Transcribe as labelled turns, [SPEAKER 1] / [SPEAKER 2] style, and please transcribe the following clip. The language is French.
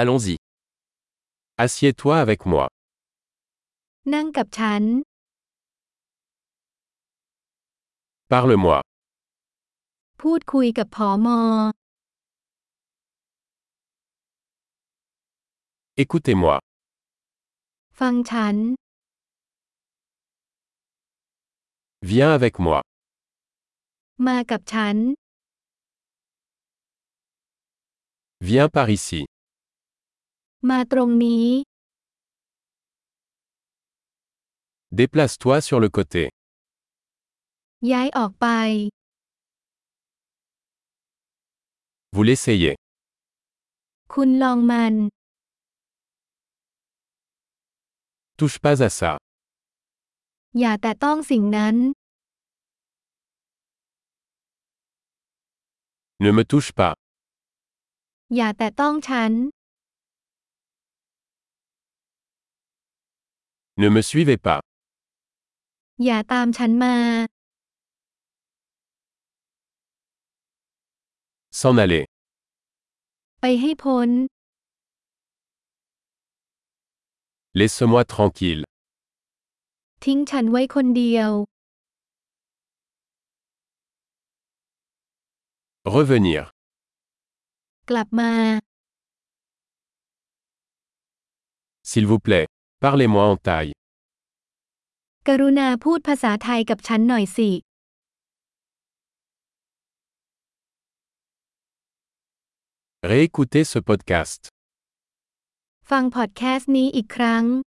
[SPEAKER 1] Allons-y. Assieds-toi avec moi.
[SPEAKER 2] นั่งกับฉัน
[SPEAKER 1] Parle-moi.
[SPEAKER 2] พูดคุยกับผอมอ
[SPEAKER 1] Écoutez-moi.
[SPEAKER 2] ฟังฉัน
[SPEAKER 1] Viens avec moi.
[SPEAKER 2] มากับฉัน
[SPEAKER 1] Viens par ici.
[SPEAKER 2] มาตรงนี้
[SPEAKER 1] Déplace-toi sur le côté.
[SPEAKER 2] ย้ายออกไป
[SPEAKER 1] Vous l'essayez.
[SPEAKER 2] คุณลองมัน
[SPEAKER 1] Touche pas à ça.
[SPEAKER 2] อย่าแต่ต้องสิ่งนั้น
[SPEAKER 1] Ne me touche pas.
[SPEAKER 2] อย่าแต่ต้องฉัน
[SPEAKER 1] Ne me suivez pas.
[SPEAKER 2] อย่าตามฉันมา
[SPEAKER 1] S'en aller.
[SPEAKER 2] ไปให้พ้น
[SPEAKER 1] Laisse-moi tranquille.
[SPEAKER 2] ทิ้งฉันไว้คนเดียว
[SPEAKER 1] Revenir.
[SPEAKER 2] กลับมา
[SPEAKER 1] S'il vous plaît. Parlez-moi en taille.
[SPEAKER 2] กรุณาพูดภาษาไทยกับฉันหน่อยสิ
[SPEAKER 1] Réécoutez ce podcast.
[SPEAKER 2] ฟังพอดแคสต์นี้อีกครั้ง